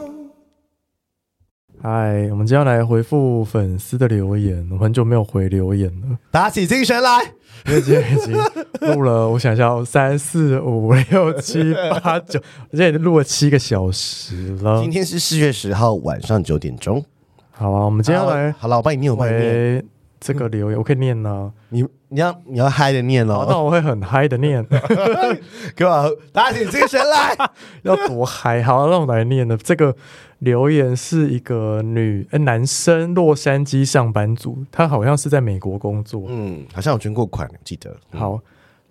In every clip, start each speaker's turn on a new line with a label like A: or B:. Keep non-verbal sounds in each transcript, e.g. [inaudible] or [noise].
A: 嗨，我们今天要来回复粉丝的留言，我很久没有回留言 [laughs] 了，
B: 打起精神来。
A: 因为今天已经录了，我想一下哦，三四五六七八九，我现在已经录了七个小时了
B: 今。天是四月十号晚上九点钟。
A: 好啊，我们今天要来
B: 好好了，我帮你念，我帮你念。
A: 回这个留言，我可以念呢、
B: 你你要你要嗨着念
A: 好，那
B: 哦，
A: 我会很嗨的念。
B: 给我打起精神 [laughs] 来。
A: [laughs] 要多嗨！好，让我来念的这个留言是一个女、呃、男生，洛杉矶上班族，他好像是在美国工作。
B: 嗯，好像有捐过款，我记得。
A: 好，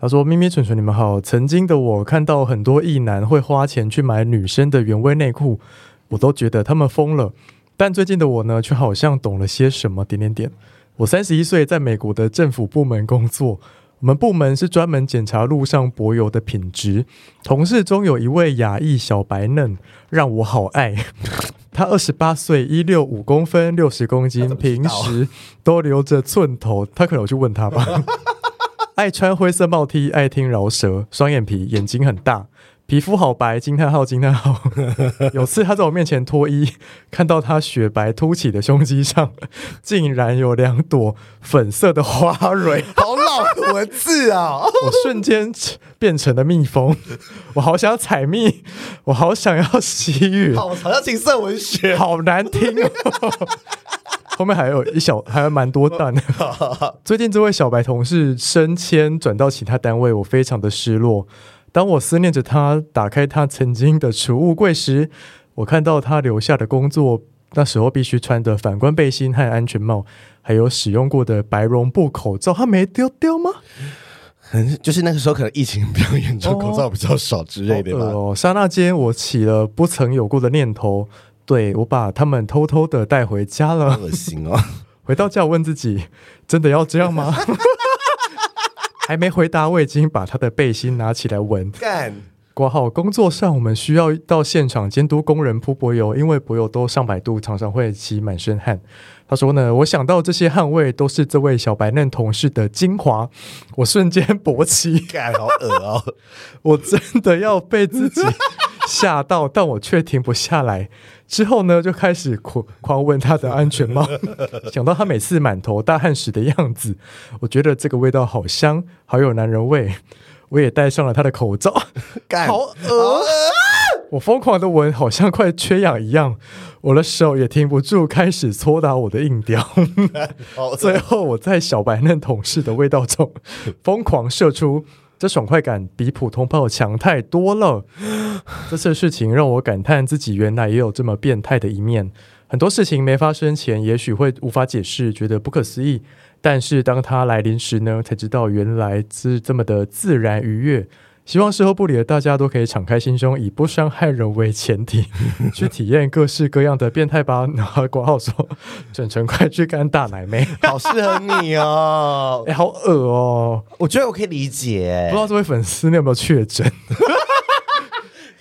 A: 他说：“咪咪蠢蠢，你们好。曾经的我看到很多异男会花钱去买女生的原味内裤，我都觉得他们疯了。但最近的我呢，却好像懂了些什么点点点。我三十一岁，在美国的政府部门工作。”我们部门是专门检查路上柏油的品质。同事中有一位亚裔小白嫩，让我好爱。 [laughs] 他二十八岁，一六五公分，六十公斤，平时都留着寸头。他可能有去问他吧。爱穿灰色帽 T，爱听饶舌，双眼皮，眼睛很大，皮肤好白，惊叹号惊叹号。 [laughs] 有次他在我面前脱衣，看到他雪白凸起的胸肌上，竟然有两朵粉色的花蕊，
B: [laughs] 好老的文字啊！
A: 我瞬间变成了蜜蜂，我好想采蜜，我好想要吸吮，
B: [laughs] 好，好像情色文学。
A: [laughs] 好难听哦。
B: [laughs]
A: 后面还有一小，还有蛮多段。最近这位小白同事升迁转到其他单位，我非常的失落。当我思念着他，打开他曾经的储物柜时，我看到他留下的工作，那时候必须穿的反光背心和安全帽，还有使用过的白绒布口罩，他没丢掉吗？
B: 很就是那个时候可能疫情比较严重，
A: 哦
B: 口罩比较少之类的
A: 好
B: 吧
A: 恶。哦，刹那间，我起了不曾有过的念头，对我把他们偷偷的带回家了。
B: 恶心哦！
A: 回到家，我问自己，真的要这样吗？还没回答，我已经把他的背心拿起来闻。
B: 干，
A: 挂号工作上，我们需要到现场监督工人铺柏油，因为柏油都上百度，常常会起满身汗。他说呢，我想到这些汗味都是这位小白嫩同事的精华，我瞬间勃起。
B: 干，好恶哦！
A: 我真的要被自己吓到，但我却停不下来。之后呢，就开始狂狂闻他的安全帽，想到他每次满头大汗时的样子，我觉得这个味道好香，好有男人味。我也戴上了他的口罩，
B: 干，
A: 好
B: 哦
A: 恶！我疯狂的闻，好像快缺氧一样。我的手也停不住，开始搓打我的硬屌。
B: 好恶
A: 最后，我在小白嫩同事的味道中疯狂射出，这爽快感比普通炮强太多了。这次的事情让我感叹自己原来也有这么变态的一面。很多事情没发生前，也许会无法解释，觉得不可思议。但是当它来临时呢，才知道原来是这么的自然愉悦。希望事后不理的大家都可以敞开心胸，以不伤害人为前提，去体验各式各样的变态吧。然后挂号说：“整成快去干大奶妹。”
B: 好适合你哦
A: 哎、！好恶哦、
B: 我觉得我可以理
A: 不
B: 解
A: 知，道这位粉丝你有没有确诊？
B: [laughs]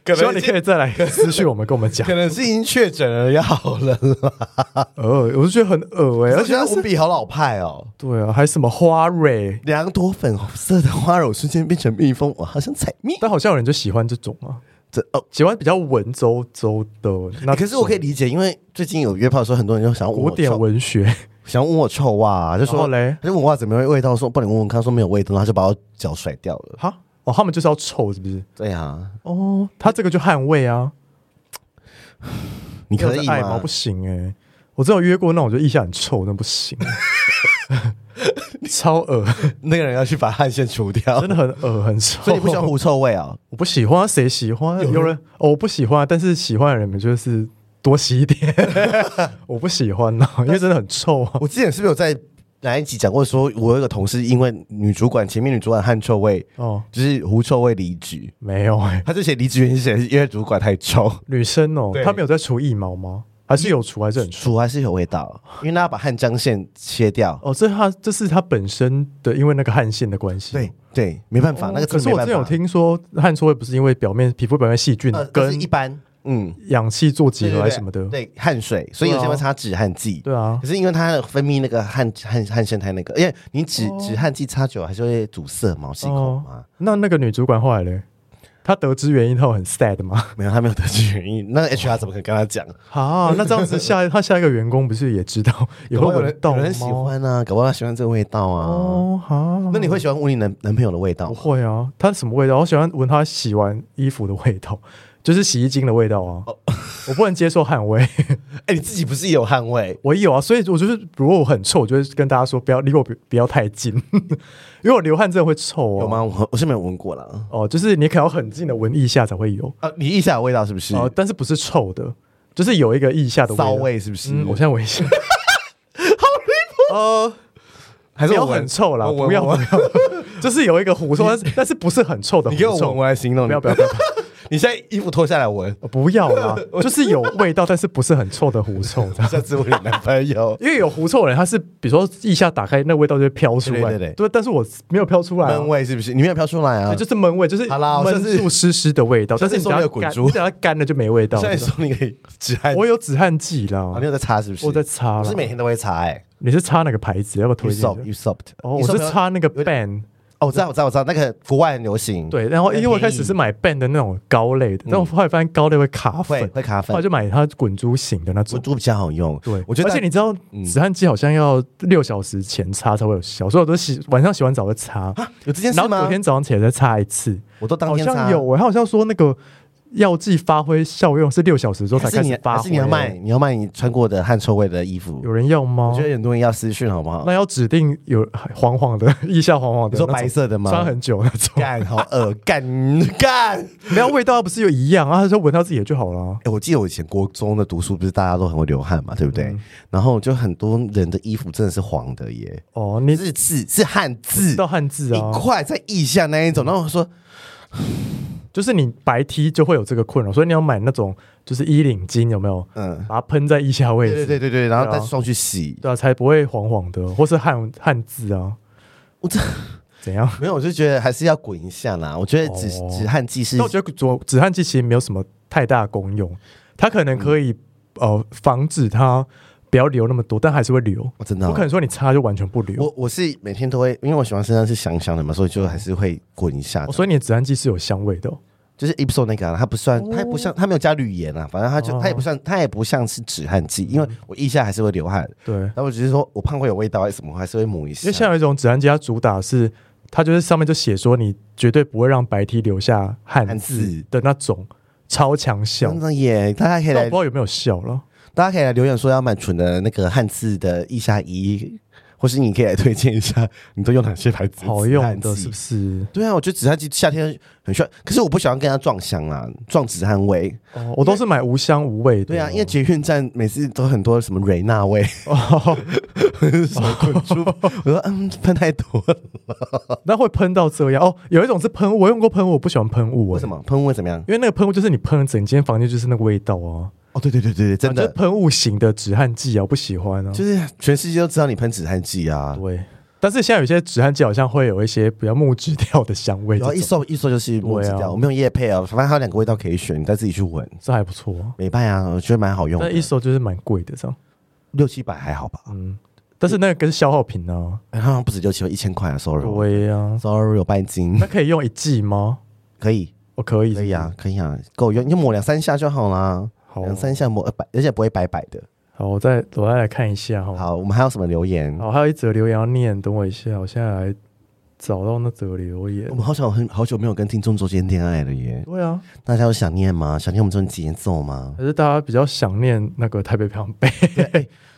B: 可
A: 希望
B: 能
A: 你
B: 已经
A: 可以再来私讯我们，跟我们讲
B: 可。能是已经确诊了，要好了啦。
A: 呃，我就觉得很恶哎、
B: 而
A: 而且
B: 且
A: 它
B: 文
A: 是
B: 笔好老派哦，
A: 对啊，还什么花蕊，
B: 两朵粉红色的花蕊瞬间变成蜜蜂，我好想采蜜。
A: 但好像有人就喜欢这种啊，
B: 这哦，
A: 喜欢比较文绉绉的。那
B: 欸可是我可以
A: 以
B: 理解，因为最近有约炮的时候，很多人就想要问
A: 古
B: 我
A: 典
B: 臭，
A: 文学，
B: 想要问我臭袜啊，就
A: 然后
B: 说
A: 嘞
B: 他就问我袜怎么有味道，说不然你问问看，说没有味道，然后他就把我脚甩掉了。
A: 哈哦，他们就是要臭是不是？
B: 对啊，
A: 哦，他这个就捍卫啊，
B: 你可
A: 要
B: 以
A: 是爱
B: 吗
A: 毛不？行哎、我只有约过那种就腋下很臭，那不行， [laughs] 超恶，
B: 那个人要去把汗腺除掉
A: 真，的很恶，很臭。
B: 所以你不喜欢狐臭味啊？
A: 我不喜欢，谁喜欢？有人哦，我不喜欢，但是喜欢的人们就是多洗一
B: [laughs]
A: 点。我不喜欢呢、因为真的很臭啊。
B: 我之前是不是有在哪一集讲过，说我有一个同事因为女主管前面女主管汗臭味，
A: 哦，
B: 就是狐臭味离职，
A: 没有哎、
B: 他就写离职原因是因为主管太臭。
A: 女生哦
B: 对，
A: 她没有在除腋毛吗？还是有除，还是很除。
B: 煮还是有味道，因为它要把汉江线切掉。
A: 哦，这它这是它本身的，因为那个汗腺的关系。
B: 对对，没办
A: 哦，
B: 法，那个
A: 可
B: 真
A: 是
B: 的没
A: 我之
B: 办
A: 前有
B: 法。
A: 听说汗臭味不是因为表面皮肤表面细菌
B: 呃，跟
A: 跟
B: 一般，嗯，
A: 氧气做结
B: 对
A: 合
B: 对
A: 还
B: 对
A: 是什么的。
B: 对汗水，所以
A: 对啊
B: 有些会擦止汗剂。
A: 对啊
B: 可，是因为它分泌那个汗汗汗腺太那个，因为你止
A: 哦
B: 止汗剂擦久了还是会阻塞毛细孔嘛。
A: 那那个女主管后来嘞，她得知原因她有很 sad 吗？
B: 没有，他没有得知原因，那个 HR 怎么可能跟他讲？
A: 啊，那这样
B: [laughs]
A: 子下她下一个员工不是也知道也
B: 搞不
A: 会
B: 好有
A: 闻
B: 人
A: 到
B: 有
A: 吗？
B: 人喜啊欢啊，搞不好他喜欢这个味道啊。
A: 哦，好，
B: 那你会喜欢闻你男男朋友的味道
A: 不
B: 吗？
A: 会啊？她什么味道？我喜欢闻她洗完衣服的味道，就是洗衣精的味道啊。
B: 哦
A: 我不能接受汗味， [laughs]
B: 哎、你自己不是也有汗味？
A: 我有啊，所以我就是如果我很臭，我就会跟大家说不要离我不不要太近， [laughs] 因为我流汗真的会臭啊。
B: 有？吗？我我是没有闻过啦。
A: 哦，就是你可能要很近的闻一下才会有，
B: 啊，你腋下有味道是不是？
A: 哦，但是不是臭的，就是有一个腋下的
B: 骚
A: 味道。
B: 味是不是？
A: 嗯，我现在闻一下，好离谱。呃，
B: 还是
A: 不
B: 我
A: 要
B: 闻
A: 很臭啦，
B: 我哦闻
A: 不要 [laughs]
B: 我
A: 不要，就是有一个狐臭，但是但是不是很臭的狐
B: 你给我闻，
A: 臭
B: 我。来形容你。
A: 不要不要不要，
B: [laughs] 你现在衣服脱下来闻，
A: 呃不要
B: [laughs]
A: 啦，就是有味道，但是不是很臭的狐臭这样。。
B: 下次闻你男朋友
A: 因为有狐臭的人，他是比如说腋下打开，那味道就会飘出来。
B: 对对对
A: 但是我没有飘出来啊、
B: 闷味是不是？ [laughs] 你没有飘出来啊？
A: 对，就是闷味，就是
B: 好啦我
A: 闷
B: 甚至
A: 住湿湿的味道。但
B: 甚
A: 是
B: 至
A: 你等
B: 说那
A: 它
B: 个滚
A: 干，
B: 珠
A: 你等它干了就没味道
B: [laughs] 现在
A: 了。
B: 说你可以止汗，
A: 我有止汗剂啦
B: 啊，你，有在擦是不是？
A: 我在擦
B: 我
A: 啦
B: 是。每天都会擦哎。
A: 你是擦哪个牌子？要不要
B: u
A: 推
B: s o
A: 荐
B: p
A: 一下？
B: u s o p
A: 哦，我是擦那个 Ban，
B: 哦，我知道，我知道，我知道，那个国外很流行，
A: 对，然后因为我一开始是买 Ban 的那种膏类的，但我后来发现膏类会卡
B: 嗯会
A: 粉，
B: 会卡粉
A: 后来，就买它滚珠型的那
B: 我
A: 种。
B: 猪比较好用。
A: 对，
B: 我觉得嗯
A: 而且你知道止汗剂好像要六小时前擦才会有效，所以我都洗晚上洗完澡会擦，
B: 有这件
A: 然
B: 事
A: 后
B: 吗
A: 隔？天早上起来再擦一次。
B: 我都当
A: 好
B: 天擦。
A: 像有诶、他好像说那个药剂发挥效用是六小时之后才
B: 还是
A: 开
B: 你
A: 始发
B: 还
A: 挥、
B: 是你要卖，你要卖你穿过的汗臭味的衣服。
A: 有人要吗
B: 我觉？得很多人要私讯，好不好？
A: 那要指定有黄黄的、 [laughs] 腋下黄黄的，
B: 你说白色的吗？
A: 穿很久那
B: [laughs]
A: 种，
B: 干，好恶干干。
A: 没有味道不是有一样啊？他说闻到自己的就好了。
B: 哎、我记得我以前国中的读书，不是大家都很会流汗嘛，对不对？然后就很多人的衣服真的是黄的耶，
A: 哦，你
B: 是字是汉字
A: 知，道汉字啊
B: 一？块在腋下那一种。然后我说，
A: 就是你白 T 就会有这个困扰，所以你要买那种就是衣领巾，有没有？
B: 嗯，
A: 把它喷在腋下位
B: 对
A: 置，
B: 对
A: 对，
B: 对对对，然后
A: 对啊
B: 再送去洗。
A: 啊，才不会黄黄的，哦或是汗汗渍啊。
B: 我这
A: [laughs] 怎样？
B: 没有，我就觉得还是要滚一下啦。我觉得止
A: 哦
B: 止汗剂是
A: 但我觉得止止汗剂其实没有什么太大的功用，它可能可
B: 嗯
A: 以、呃防止它不要流那么多，但还是会流。
B: 我真的
A: 不
B: 哦、
A: 可能说你擦就完全不流。
B: 我我是每天都会，因为我喜欢身上是香香的嘛，所以就还是会滚一下。
A: 哦所以你的止汗剂是有香味的哦、
B: 就是 Epso 那个、啊，它不算，它不像，它没有加铝盐啊，反正它就
A: 哦嗯
B: 它也不算，它也不像是止汗剂，因为我腋下还是会流汗。
A: 对，
B: 然后我只是说我胖会有味道还是什么，还是会抹一
A: 因为
B: 下。
A: 像有一种止汗剂，它主打是它就是上面就写说你绝对不会让白 T 留下汗
B: 汗
A: 渍
B: 渍
A: 的那种超强效
B: 真，的耶，大家可
A: 但
B: 以
A: 我
B: 来
A: 不知，道有没有效了。
B: 大家可以来留言说要买纯的那个汉字的腋下衣，或是你可以来推荐一下，你都用哪些牌子？
A: 好用的是不
B: 是？
A: 是？
B: 对啊，我觉得止汗剂夏天很需要，可是我不喜欢跟它撞香啊，撞止汗味。
A: 哦，我都是买无香无味的。
B: 对啊，因为捷运站每次都很多什么蕊纳味， [laughs]
A: 哦，
B: 什么滚珠，我说嗯，喷太多了。
A: 那会喷到这样哦。有一种是喷雾，我用过喷雾，我不喜欢喷雾、
B: 为
A: 欸
B: 什。么喷雾会怎么样？
A: 因为那个喷雾就是你喷了整间房间就是那个味道啊，
B: 哦，对对对对对，真
A: 啊就
B: 的
A: 是喷雾型的止汗剂啊，我不喜欢啊。
B: 就是全世界都知道你喷止汗剂啊。
A: 对，但是现在有些止汗剂好像会有一些比较木质调的香味这
B: 然
A: 种，
B: 后啊一搜一搜就是木质
A: 对啊
B: 调，我没有叶配啊，反正它有两个味道可以选，你再自己去闻。
A: 这还不错、啊。
B: 没办啊，我觉得蛮好用的
A: 但，一手就是蛮贵的这样，
B: 六七百还好吧？
A: 嗯，但是那个跟消耗品啊，
B: 哎好像不止六七百，一千块啊，sorry，sorry
A: 对呀、
B: 有半斤，
A: 那可以用一季吗？
B: 可以
A: 我、可以，
B: 可以啊，可以啊，够用，你就抹两三下就好啦，
A: 好
B: 两三下抹呃白，而且不会白白的。
A: 好，我再我再来看一下哈。
B: 好，我们还有什么留言？
A: 好，还有一则留言要念，等我一下，我现在来找到那则留言
B: 我。们好久很好久没有跟听众做间恋爱了耶，
A: 对啊，
B: 大家有想念吗？想念我们这种节奏吗？
A: 还是大家比较想念那个台北漂洋杯。 [laughs]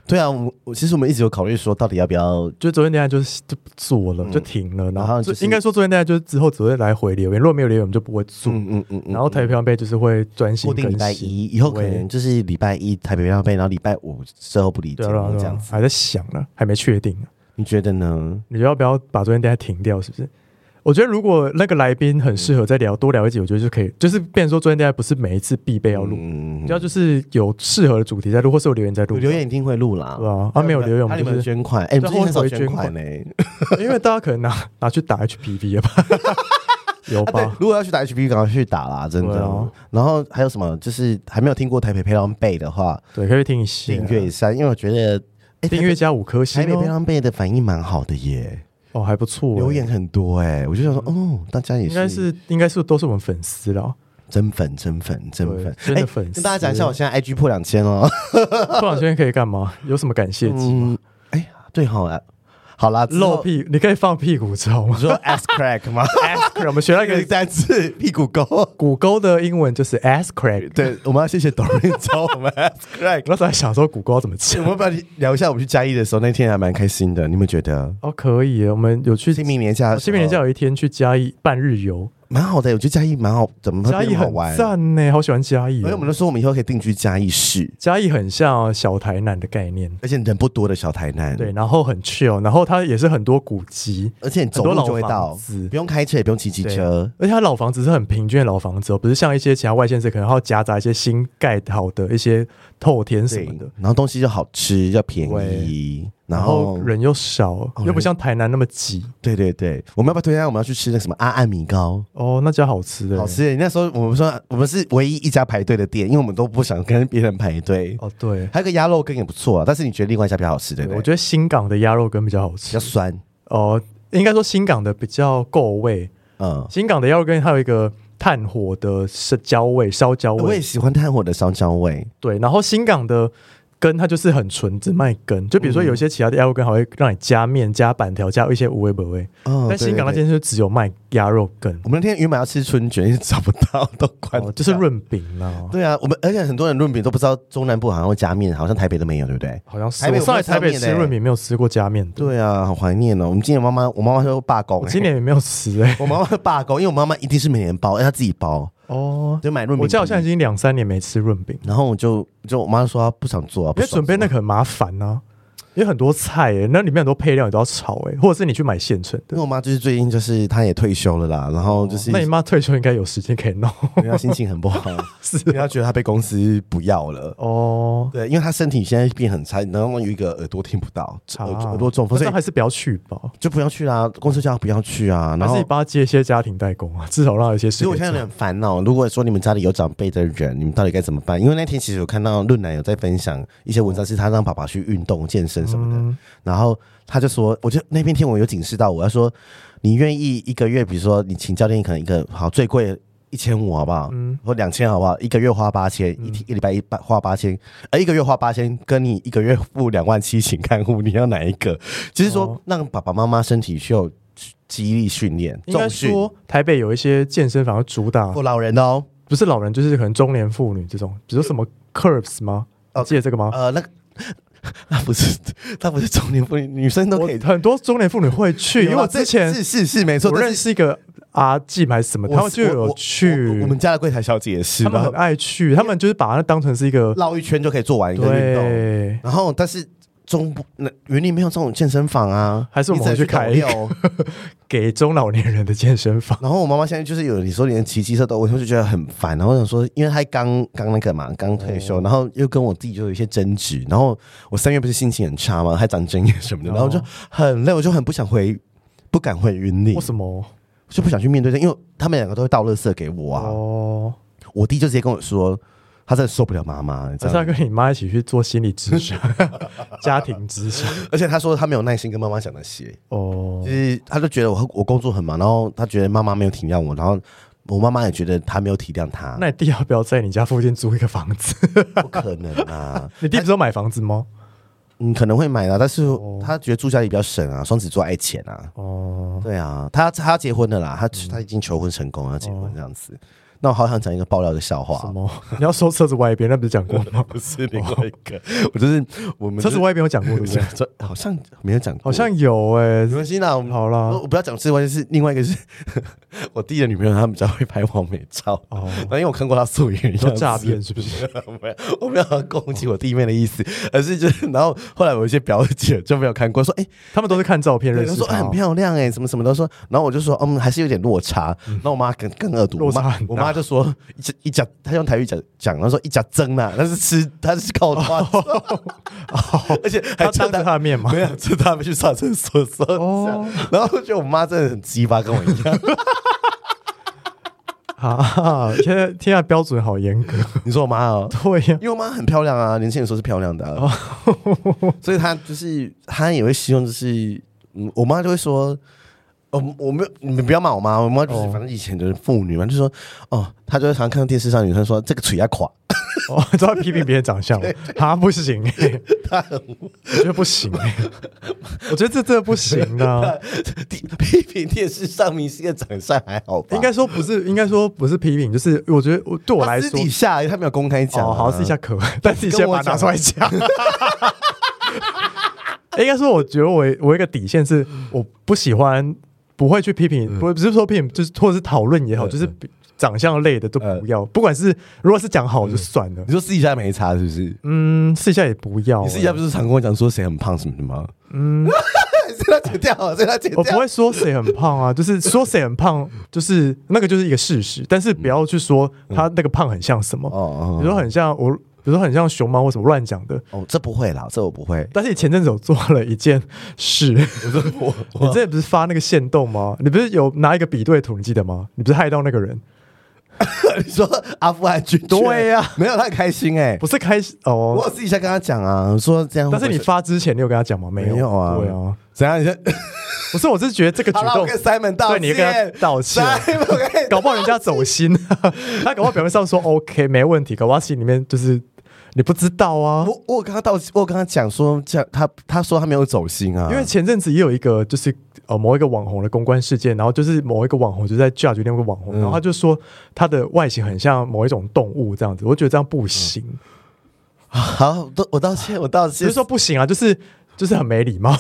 B: 对啊，我我其实我们一直有考虑说，到底要不要
A: 就昨天恋爱就是就不做了，就停了，然
B: 嗯然
A: 后
B: 后
A: 就
B: 就是
A: 应该说昨天恋爱就是之后只会来回留言，如果没有留言我们就不会做，
B: 嗯嗯嗯嗯，
A: 然后台北漂洋杯就是会专心
B: 固定礼拜
A: 更新
B: 一，以后可
A: 对
B: 能就是礼拜一台北漂杯，然后礼拜五之后不理解
A: 对了，
B: 这
A: 对
B: 样
A: 啊
B: 子，
A: 还在想呢，还没确定呢，啊
B: 你觉得呢？
A: 你要不要把昨天恋爱停掉？是不是？我觉得如果那个来宾很适合再聊多聊一集，我觉得就可以，就是变成说专业电台不是每一次必备要录，你
B: 嗯
A: 要就是有适合的主题在录，或是有留言在录，
B: 有留言一定会录啦
A: 对。啊，啊没有留言我
B: 啊你
A: 们就
B: 们
A: 是
B: 捐款，哎，你
A: 对
B: 们最近很少
A: 会回
B: 捐
A: 捐
B: 款
A: 款
B: 呢。
A: 因为大家可能拿拿去打 HPV
B: [laughs]
A: 了吧，有
B: 啊，对
A: 吧，？
B: 如果要去打 HPV，赶快去打啦，真
A: 对
B: 的
A: 啊。
B: 然后还有什么？就是还没有听过台北陪浪贝的话，
A: 对，啊可以听一下
B: 订阅一下，因为我觉得，哎，
A: 订阅加五颗星
B: 台北陪
A: 哦，
B: 浪贝的反应蛮好的耶，
A: 哦还不错欸，
B: 留言很多哎，我就想说，哦，大家也
A: 嗯应该是应该是都是我们粉丝了，
B: 真粉，真粉，真
A: 对
B: 粉，
A: 真的
B: 哎
A: 粉丝
B: 跟大家讲一下，我现在 IG 破两千哦。
A: 不然现在可以干嘛？有什么感谢集吗？
B: 嗯，哎，对好啊，好啦，之后
A: 露，屁，你可以放屁股照
B: [laughs]
A: 吗
B: 你说 ass crack
A: [laughs]
B: 吗
A: ？ass crack，我们学到一
B: 那个
A: 个
B: 单字屁股沟。
A: 骨沟的英文就是 ass crack，
B: 对，我们要谢谢董瑞教我们 ass crack。
A: 那时候还想说骨沟要怎么吃
B: 我，们把你聊一下，我们去嘉义的时候，那天还蛮开心的，你们觉得？
A: 哦可以耶，我们有去
B: 清明年假，
A: 新明年假有一天去嘉义半日游，
B: 蛮好的，我觉得嘉义蛮好，怎么会
A: 嘉义
B: 变好
A: 很
B: 玩？
A: 赞呢，好喜欢嘉义
B: 而
A: 哦
B: 且我。们都说我们以后可以定居嘉义市，
A: 嘉义很像小台南的概念，
B: 而且人不多的小台南，
A: 对，，然后很 chill，然后它也是很多古迹，
B: 而且你走
A: 很多
B: 路
A: 老
B: 就会到
A: 房子，
B: 不用开车也不用骑机
A: 对
B: 车，
A: 而且它老房子是很平均的老房子哦，不是像一些其他外县市可能还要夹杂一些新盖好的一些透天什
B: 对
A: 么的，，
B: 然后东西又好吃又便宜，然
A: 然
B: 后哦
A: 后人又少，又不像台南那么挤
B: 对对对，我们要不要推荐我们要去吃那个什么阿岸米糕？
A: 哦，那家好吃的
B: 好吃耶！那时候我们说我们是唯一一家排队的店，因为我们都不想跟别人排队。
A: 哦，对，
B: 还有个鸭肉羹也不错啊，但是你觉得另外一家比较好吃，对不对？
A: 我觉得新港的鸭肉羹比较好
B: 比
A: 吃
B: 较酸，
A: 哦，应该说新港的比较够味，
B: 嗯，
A: 新港的鸭肉羹它有一个炭火的是焦味，烧焦
B: 我
A: 味
B: 也，喜欢炭火的烧焦味，
A: 对，然后新港的羹它就是很纯，只卖羹。就比如说有一些其他的鸭肉羹还会让你加面、加板条、加一些无味不味，
B: 嗯，
A: 但新港那
B: 对对对
A: 间就只有卖鸭肉羹，
B: 我们那天原本要吃春卷，一直找不到，都关、
A: 哦，就是。润饼啦，
B: 对啊，我们而且很多人润饼都不知道中南部好像会加面，好像台北都没有，对不对？
A: 好像是。
B: 台北
A: 我上
B: 有
A: 来
B: 吃到
A: 台北
B: 面的
A: 吃
B: 欸
A: 润饼没有吃过加面的，
B: 对啊，好怀念哦。我们今年妈妈，我妈妈说罢工、
A: 我
B: 欸，
A: 今年也没有吃哎。
B: 我妈妈会罢工，因为我妈妈一定是每年包，哎她自己包，
A: 哦，
B: 就买润饼。
A: 我记得好像已经两三年没吃润饼，
B: 然后我就就我妈说她不想做啊，
A: 因
B: 不
A: 为
B: 想做
A: 准备那个很麻烦呐，因为很多菜哎，那里面很多配料你都要炒哎，或者是你去买现成
B: 因
A: 的
B: 为。我妈就是最近就是她也退休了啦，然后就是
A: 哦那你妈退休应该有时间可以弄，
B: [laughs] 因为她心情很不好，
A: [laughs] 是啊
B: 因为 [laughs] 她觉得她被公司不要了。
A: 哦，
B: 对，因为她身体现在变很差，然后有一个耳朵听不到，耳
A: 啊
B: 耳朵中风，所
A: 那
B: 以
A: 还是不要去吧。
B: 就不要去啦。公司叫她不要去啊，然
A: 还是
B: 后
A: 你。帮他接一些家庭代工啊，至少让他有一些
B: 所
A: 事
B: 以我
A: 可以
B: 现在
A: 做。
B: 有点烦恼。如果说你们家里有长辈的人，你们到底该怎么办？因为那天其实有看到论男有在分享一些文章，是他让爸爸去运动、健身什么的。
A: 嗯
B: 然后他就说，我就那篇天文有警示到我，他说你愿意一个月，比如说你请教练，可能一个好最贵一千五好不好，
A: 嗯
B: 或两千好不好，一个月花八千，一天一礼拜一八花八千，呃，一个月花八千，跟你一个月付两万七请看护，你要哪一个？就是说
A: 哦
B: 让爸爸妈妈身体需要激励训练，
A: 应该
B: 重训。
A: 说台北有一些健身房主打
B: 我老人哦，
A: 不是老人，就是可能中年妇女这种，比如说什么 Curves 吗？
B: 哦
A: 你记得这个吗？
B: 呃，那个 [laughs] 那不是，他不是中年妇女，女生都
A: 我
B: 可以。
A: 很多中年妇女会去，因为我之
B: 这
A: 前
B: 是是是没错，
A: 我
B: 但
A: 认
B: 是
A: 识一个阿季还是什么，
B: 我
A: 他们就
B: 我
A: 有
B: 我我我
A: 去
B: 我，们家的柜台小姐也是，
A: 他们
B: 然
A: 很
B: 后
A: 爱去，他们就是把它当成是一个
B: 绕一圈就可以做完一个运动。
A: 对，
B: 然后，但是中部那云林没有这种健身房啊，
A: 还是我们
B: 你只能
A: 回去开
B: 斗
A: 一个
B: 六
A: 给中老年人的健身房。
B: 然后我妈妈现在就是有你说连骑机车都，我就觉得很烦。然后我想说，因为她刚刚那个嘛，刚退休，
A: 哦
B: 然后又跟我弟就有一些争执。然后我三月不是心情很差嘛，还长针眼什么的，
A: 哦
B: 然后就很累，我就很不想回，不敢回云林
A: 为，什么？
B: 就不想去面对这，因为他们两个都会倒垃圾给我啊。
A: 哦，
B: 我弟就直接跟我说，他真的受不了妈妈，这
A: 还
B: 样
A: 是要跟你妈一起去做心理咨 [laughs] 询、家庭咨询？ [laughs]
B: 而且他说他没有耐心跟妈妈讲那些，
A: 哦
B: 就，是他就觉得我我工作很忙，然后他觉得妈妈没有体谅我，然后我妈妈也觉得他没有体谅他，
A: 那你弟要不要在你家附近租一个房 [laughs] 子？
B: 不可能啊！ [laughs]
A: 你弟不是要买房子吗？
B: 你可能会买啦，但是
A: 哦
B: 他觉得住家里比较省啊，双子座爱钱啊，
A: 哦，
B: 嗯对啊，他他要结婚的啦，他他已经求婚成功要结婚这样子，那我好想讲一个爆料的笑话
A: [laughs] 什，么？你要说车子歪一边，那不是讲过吗？
B: 不是另外一个， [laughs] 我就是我们
A: 车子歪一边有
B: [laughs]
A: 讲过，对不对？
B: 这好像没有讲过，
A: 好像有哎、
B: 没关系啊啦，我们
A: 好啦
B: 我我不要讲这关系，是另外一个是 [laughs] 我弟的女朋友，她比较会拍完美照。
A: 哦，
B: 那因为我看过她素颜，
A: 说诈骗是不 [laughs] 是？
B: 没有， [laughs] 我没有要攻击我弟妹的意思，而是就是，然后后来我一些表姐就没有看过，说哎，
A: 他们都是看照片
B: 有
A: 认
B: 人
A: 识
B: 说
A: 他
B: 哎很
A: 哦。
B: 漂亮哎，什么什么都说，然后我就说嗯，还是有点落差。那我妈更更恶毒，
A: 嗯落差
B: 我妈
A: 很大
B: 我妈就说一家一家，她用台语讲讲，她说一家蒸呐，那是吃，她是靠她， [laughs] 而且还
A: 他哦当着他的面吗？
B: 没有，是他们去上厕所的时候
A: 哦
B: 这样，然后我觉得我妈真的很鸡巴，跟我一
A: [laughs]
B: 样。
A: 啊，现在天下标准好严格。 [laughs]
B: 你说我妈哦，
A: 对呀、
B: 因为我妈很漂亮啊，年轻的时候是漂亮的啊、
A: 哦
B: 所以她就是她也会希望就是，嗯，我妈就会说。哦，我没有，你们不要骂我妈，我妈就是、
A: 哦
B: 反正以前就是妇女嘛，就说哦，她就会常常看到电视上女生说这个腿要垮，
A: [laughs] 哦，都要批评别人长相吗，他不行、 [laughs] 欸，我觉得不行、 [laughs] 欸，我觉得这这不行
B: [laughs]
A: 啊。
B: 批批评电视上明星的长相还好吧？
A: 应该说不是，应该说不是批评，就是我觉得我对我来
B: 她
A: 说
B: 私，底下她没有公开讲、
A: 哦，
B: 啊，
A: 好私底下可， [laughs] 但私底下
B: 跟我啊
A: 把它拿
B: 讲
A: 出来讲。 [laughs] 应该说，我觉得我我一个底线是，我不喜欢，不会去批
B: 嗯
A: 评，不、不是说批评，就是或者是讨论也好，就是比长相类的都
B: 呃
A: 不要，不管是如果是讲
B: 嗯
A: 好就算了，
B: 你说私底下没差是不是？
A: 嗯，私底下也不要、
B: 你私底下不是常跟我讲说谁很胖什么的吗？ [laughs] 嗯，是他剪掉啊，是他剪
A: 我不
B: 掉。
A: 会说谁很胖
B: [laughs]
A: 啊，就是说谁很胖，就是那个就是一个事实，但是不要去说他那个胖很像什么，
B: 嗯哦
A: 比如说很像我，比如说很像熊猫或什么乱讲的。
B: 哦，这不会啦，这我不会。
A: 但是你前阵子有做了一件事，
B: 我说我
A: 你之前不是发那个线动吗？你不是有拿一个比对图，你记得吗？你不是害到那个人，
B: 你说阿富汗军犬
A: 对呀
B: 没有他很开心哎、
A: 不是开始
B: 我
A: 哦？
B: 有私底下跟他讲啊，我说这样会
A: 但
B: 不会
A: 是你发之前，你有跟他讲吗？没有，
B: 没有啊
A: 对啊，
B: 怎样？你说 [laughs]
A: 不是，我是觉得这个举
B: 好了，我
A: 动
B: 跟 Simon 道
A: 对
B: 歉，
A: 你跟他道歉
B: Simon，
A: [laughs]
B: 我跟你
A: 搞不好人家走心，啊 [laughs] 他搞不好表面上说 OK 没问题，搞不好心里面就是你不知道啊。
B: 我我有跟他道歉，我有跟他讲说这样，他他说他没有走心啊，
A: 因为前阵子也有一个就是呃某一个网红的公关事件，然后就是某一个网红就在 judge 另外一个网红，然后他就说他的外形很像某一种动物这样子，我觉得这样不行，
B: 好，我我道歉，我道
A: 只
B: 歉
A: 是。说不行啊，就是就是很没礼貌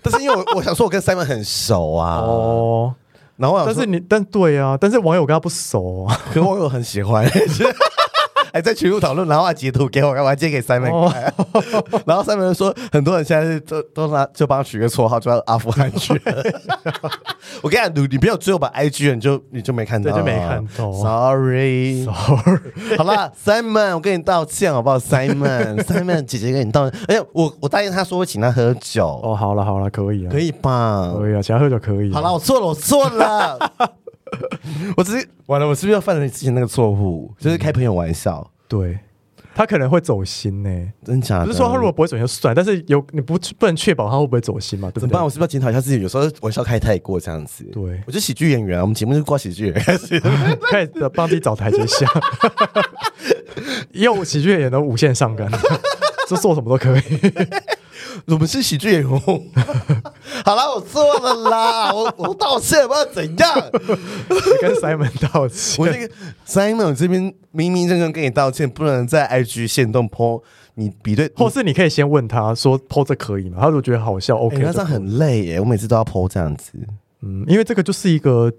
B: 但是因为我我想说，我跟 Simon 很熟啊，
A: [laughs] [laughs] 哦。
B: 然后我想
A: 但
B: 说
A: 是你但对啊，但是网友跟他不熟啊，
B: 可我有很
A: [laughs]
B: 喜欢，还在群组讨论，然后他截图给我，我还截给 Simon
A: [laughs]
B: 看， [laughs] 然后 Simon 就说很多人现在是都都拿就帮他取个绰号，就叫阿富汗犬。 [laughs] 我跟你讲，你你没有追我把 IG，你就你就没看到，啊
A: 对就没看到
B: Sorry，好
A: 哦
B: 啦，Simon，我跟你道歉好不好？Simon，Simon [laughs] 姐姐跟你道歉，而且我我答应他说我请他喝酒，
A: 哦，好了好了，可以啊，
B: 可
A: 以
B: 以吧？
A: 可以啊，请他喝酒可以啊、
B: 好了，我错了，我错 [laughs] 了。我只是完了，我是不是要犯了你之前那个错误？就是开朋友玩笑，
A: 对他可能会走心呢、
B: 真假的？
A: 不是说他如果不会走心就算，但是有你不不能确保他会不会走心嘛，对不
B: 怎么
A: 对
B: 办？？我是不是要检讨一下自己？有时候玩笑开太过这样子。
A: 对
B: 我就喜剧演员啊，我们节目就挂喜剧演员开始。 [laughs]
A: 开始帮自己找台阶下， [laughs] 又喜剧也能无限上纲， [laughs] 就做什么都可以。 [laughs]
B: 我们是喜剧演员。 [laughs] 好了，我错了啦，我我道歉，不知道怎 [laughs] 样。
A: 跟 Simon 道歉，
B: 我那个 Simon 我这边明明正正跟你道歉，不能在 IG 限动 po 你比对，
A: 或是你可以先问他说 PO 这可以吗？他如果觉得好笑，OK，
B: 哎、那这
A: 就
B: 样很累耶，我每次都要 po 这样子。
A: 嗯，因为这个就是一个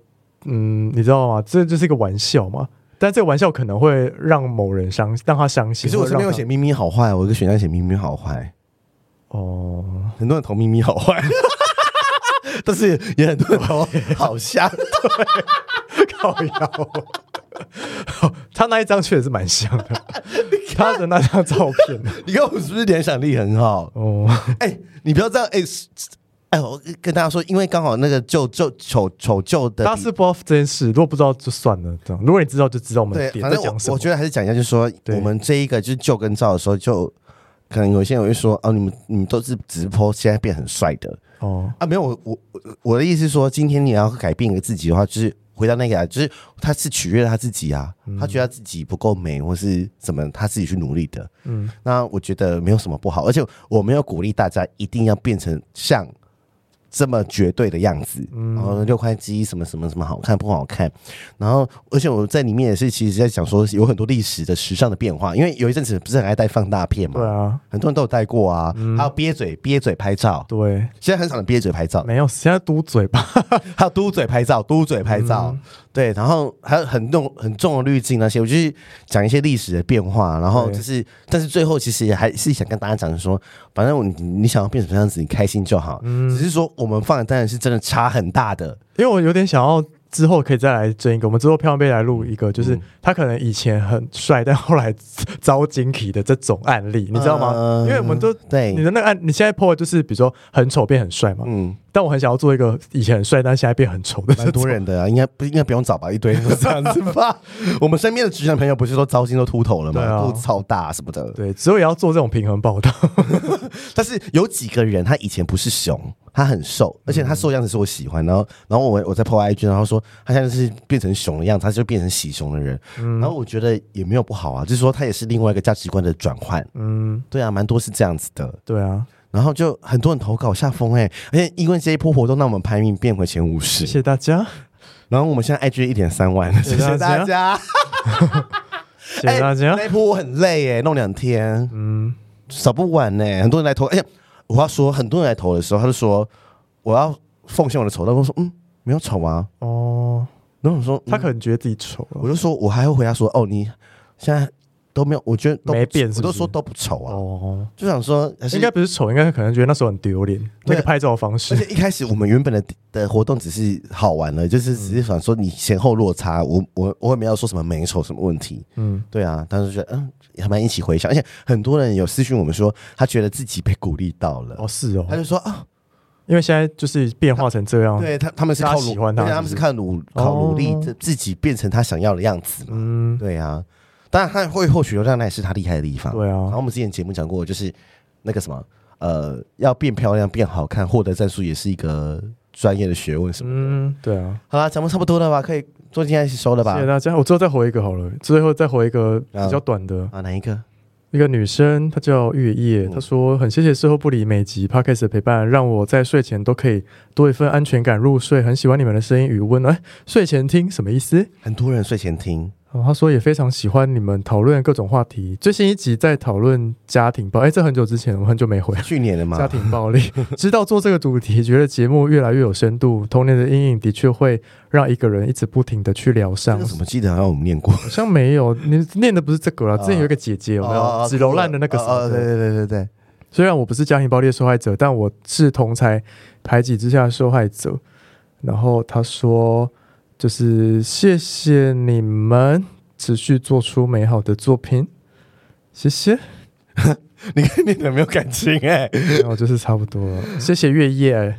A: 嗯，你知道吗？这就是一个玩笑嘛。但这个玩笑可能会让某人伤，让他伤
B: 其
A: 心。
B: 实我是
A: 或
B: 没
A: 者
B: 有
A: 让
B: 写咪咪好坏，我有一个选项写咪咪好坏。
A: 他哦，
B: 很多人投咪咪好 [laughs] 坏，但是也很多人投好像。
A: 靠腰。哦他那一张确实是蛮像的，
B: [laughs]
A: 他的那张照片
B: 你看我是不是联想力很好？
A: 哦，
B: 哎、你不要这样，哎、是哎，我跟大家说，因为刚好那个旧旧丑丑旧的，
A: 大家是不知道这件事，如果不知道就算了，这样。如果你知道就知道我们
B: 对，
A: 点
B: 反
A: 在
B: 正
A: 讲什
B: 我
A: 么。
B: 我觉得还是讲一下，就是说
A: 对
B: 我们这一个就是旧跟照的时候就。可能有些人会说哦，你们你们都是直播，现在变很帅的
A: 哦，
B: 啊？没有，我我我我的意思是说，今天你要改变一个自己的话，就是回到那个啊，就是他是取悦他自己啊，他觉得他自己不够美或是怎么，他自己去努力的。
A: 嗯，
B: 那我觉得没有什么不好，而且我没有鼓励大家一定要变成像这么绝对的样子。
A: 嗯
B: 然后六块肌什么什么什么好看不好看，然后而且我在里面也是其实在讲说有很多历史的时尚的变化，因为有一阵子不是很爱戴放大片嘛，
A: 对啊，嗯
B: 很多人都有戴过啊，还有憋嘴憋嘴拍照，
A: 对，
B: 现在很少人憋嘴拍照，
A: 没有，现在嘟嘴
B: [laughs]
A: 巴，
B: 还有嘟嘴拍照，嘟嘴拍照，
A: 嗯
B: 对，然后还有很重很重的滤镜那些，我就是讲一些历史的变化，然后就是，但是最后其实还是想跟大家讲说，反正我你你想要变成什么样子，你开心就好，
A: 嗯
B: 只是说我们放的当然是真的差很大的，
A: 因为我有点想要之后可以再来争一个，我们之后漂亮贝来录一个，就是
B: 嗯
A: 他可能以前很帅，但后来遭惊体的这种案例，你知道吗？
B: 嗯
A: 因为我们都
B: 对
A: 你的那个案，你现在 po 的就是比如说很丑变很帅嘛，
B: 嗯，
A: 但我很想要做一个以前很帅，但现在变很丑的这
B: 蛮
A: 种
B: 多人的啊，应该不应该不用找吧，一堆都这样子
A: [laughs]
B: 吧，我们身边的直男朋友不是都糟心都秃头了
A: 对啊
B: 吗？肚子超大什么的，
A: 对，所以要做这种平衡报道。 [laughs]
B: 但是有几个人他以前不是熊，他很瘦，而且他瘦的样子是我喜欢。然后，然后我我在 PO IG，然后说他现在是变成熊的样子，他就变成喜熊的人。然后我觉得也没有不好啊，就是说他也是另外一个价值观的转换。
A: 嗯，
B: 对啊，蛮多是这样子的。
A: 对啊，
B: 然后就很多人投稿下风哎、而且因为这一波活动，让我们排名变回前五
A: 谢
B: 十。
A: 谢大家，
B: 然后我们现在 IG 一点三万，谢谢大家。
A: 谢谢大家。
B: 哎那一波我很累哎、弄两天。
A: 嗯，
B: 扫不完呢、很多人来投。而且我要说，很多人来投的时候，他就说我要奉献我的丑，但我说嗯，没有丑啊。
A: 哦，
B: 然后我说，嗯
A: 他可能觉得自己丑了
B: 我。就说我还会回答说，哦，你现在都没有，我觉得都不
A: 没变是不是
B: 我都说都不丑啊，
A: 哦，
B: 就想说还是
A: 应该。不是丑，应该可能觉得那时候很丢脸，那
B: 对
A: 个拍照的方
B: 而
A: 式
B: 且。一开始我们原本的的活动只是好玩了，
A: 嗯
B: 就是只是想说你前后落差，我我我也没有说什么美丑什么问题，
A: 嗯，
B: 对啊，当时觉得嗯，还蛮一起回想，而且很多人有私讯我们说他觉得自己被鼓励到了，
A: 哦是哦
B: 他，就说啊，
A: 因为现在就是变化成这样。，
B: 对他，他们是靠
A: 大家
B: 努，
A: 喜欢他
B: 对
A: 是不是
B: 他们是靠努靠努力
A: 哦，
B: 自自己变成他想要的样子嘛。
A: 嗯，
B: 对啊，当然他会获取流量，那也是他厉害的地方。
A: 对啊
B: 然后我们之前节目讲过，就是那个什么，呃，要变漂亮、变好看，获得赞数也是一个专业的学问，什么。
A: 嗯，对啊，
B: 好啦，咱们差不多了吧？可以做今天一起收了吧
A: 谢谢？大家。我最后再回一个好了，最后再回一个比较短的，
B: 啊啊，哪一个？
A: 一个女生，她叫月
B: 嗯
A: 夜，她说很谢谢事后不理每集 podcast 的陪伴，让我在睡前都可以多一份安全感入睡，很喜欢你们的声音与温暖。哎睡前听什么意思？
B: 很多人睡前听，
A: 哦，他说也非常喜欢你们讨论各种话题。最新一集在讨论家庭暴，哎，这很久之前，我很久没回。
B: 去年的
A: 家
B: 嘛，
A: 庭暴力，知道做这个主题，觉得节目越来越有深度。童年的阴影的确会让一个人一直不停的去疗
B: 这
A: 伤
B: 个，怎么记啊得好像我们念过？
A: 好像没有你念的不是这个啦。之前有一个姐姐 [laughs] 有没
B: 啊
A: 有纸揉烂的那个什
B: 哦，
A: 么
B: 哦对
A: 的？
B: 对对对对， [laughs]
A: 虽然我不是家庭暴力的受害者，但我是同才排挤之下的受害者。然后他说，就是谢谢你们持续做出美好的作品，谢谢。
B: 你看念的没有感情哎，
A: 然后就是差不多
B: [laughs]
A: 了，谢谢月夜，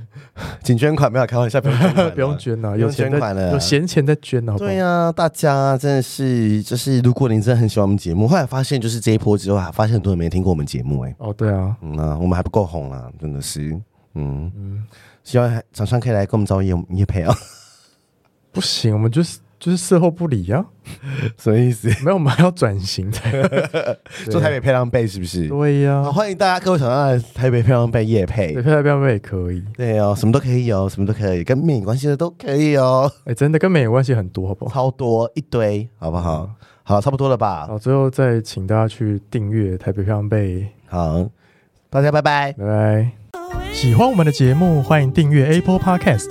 B: 请捐款，没有开玩笑，不用捐款
A: 不用
B: 了
A: 捐了，
B: 不
A: 有
B: 用
A: 钱
B: 捐
A: 再
B: 款了
A: 有闲钱再捐，好不好？
B: 对呀、啊大家真的是，就是如果您真的很喜欢我们节目，后来发现就是这一波之后，还发现很多人没听过我们节目、哎，
A: 哦，对啊，
B: 嗯啊，我们还不够红啊，真的是，嗯希望还厂商可以来跟我们找业业配啊， [laughs]
A: 不行，我们就是就是事后不理啊，
B: 什么意思？
A: 没有，我们还要转型的。
B: 做台北漂亮贝是不是？
A: 对呀、
B: 好，呃欢迎大家各位厂商来台北漂亮贝业配
A: 对，，漂亮妹也可以，
B: 对哦，什么都可以哦，什么都可以，跟面有关系的都可以哦，
A: 哎、真的跟美有关系很多，好不好？
B: 超多一堆，好不好？好，差不多了吧？
A: 好，最后再请大家去订阅台北漂亮贝，
B: 好，大家拜拜。
A: 拜拜。喜欢我们的节目，欢迎订阅 Apple Podcast，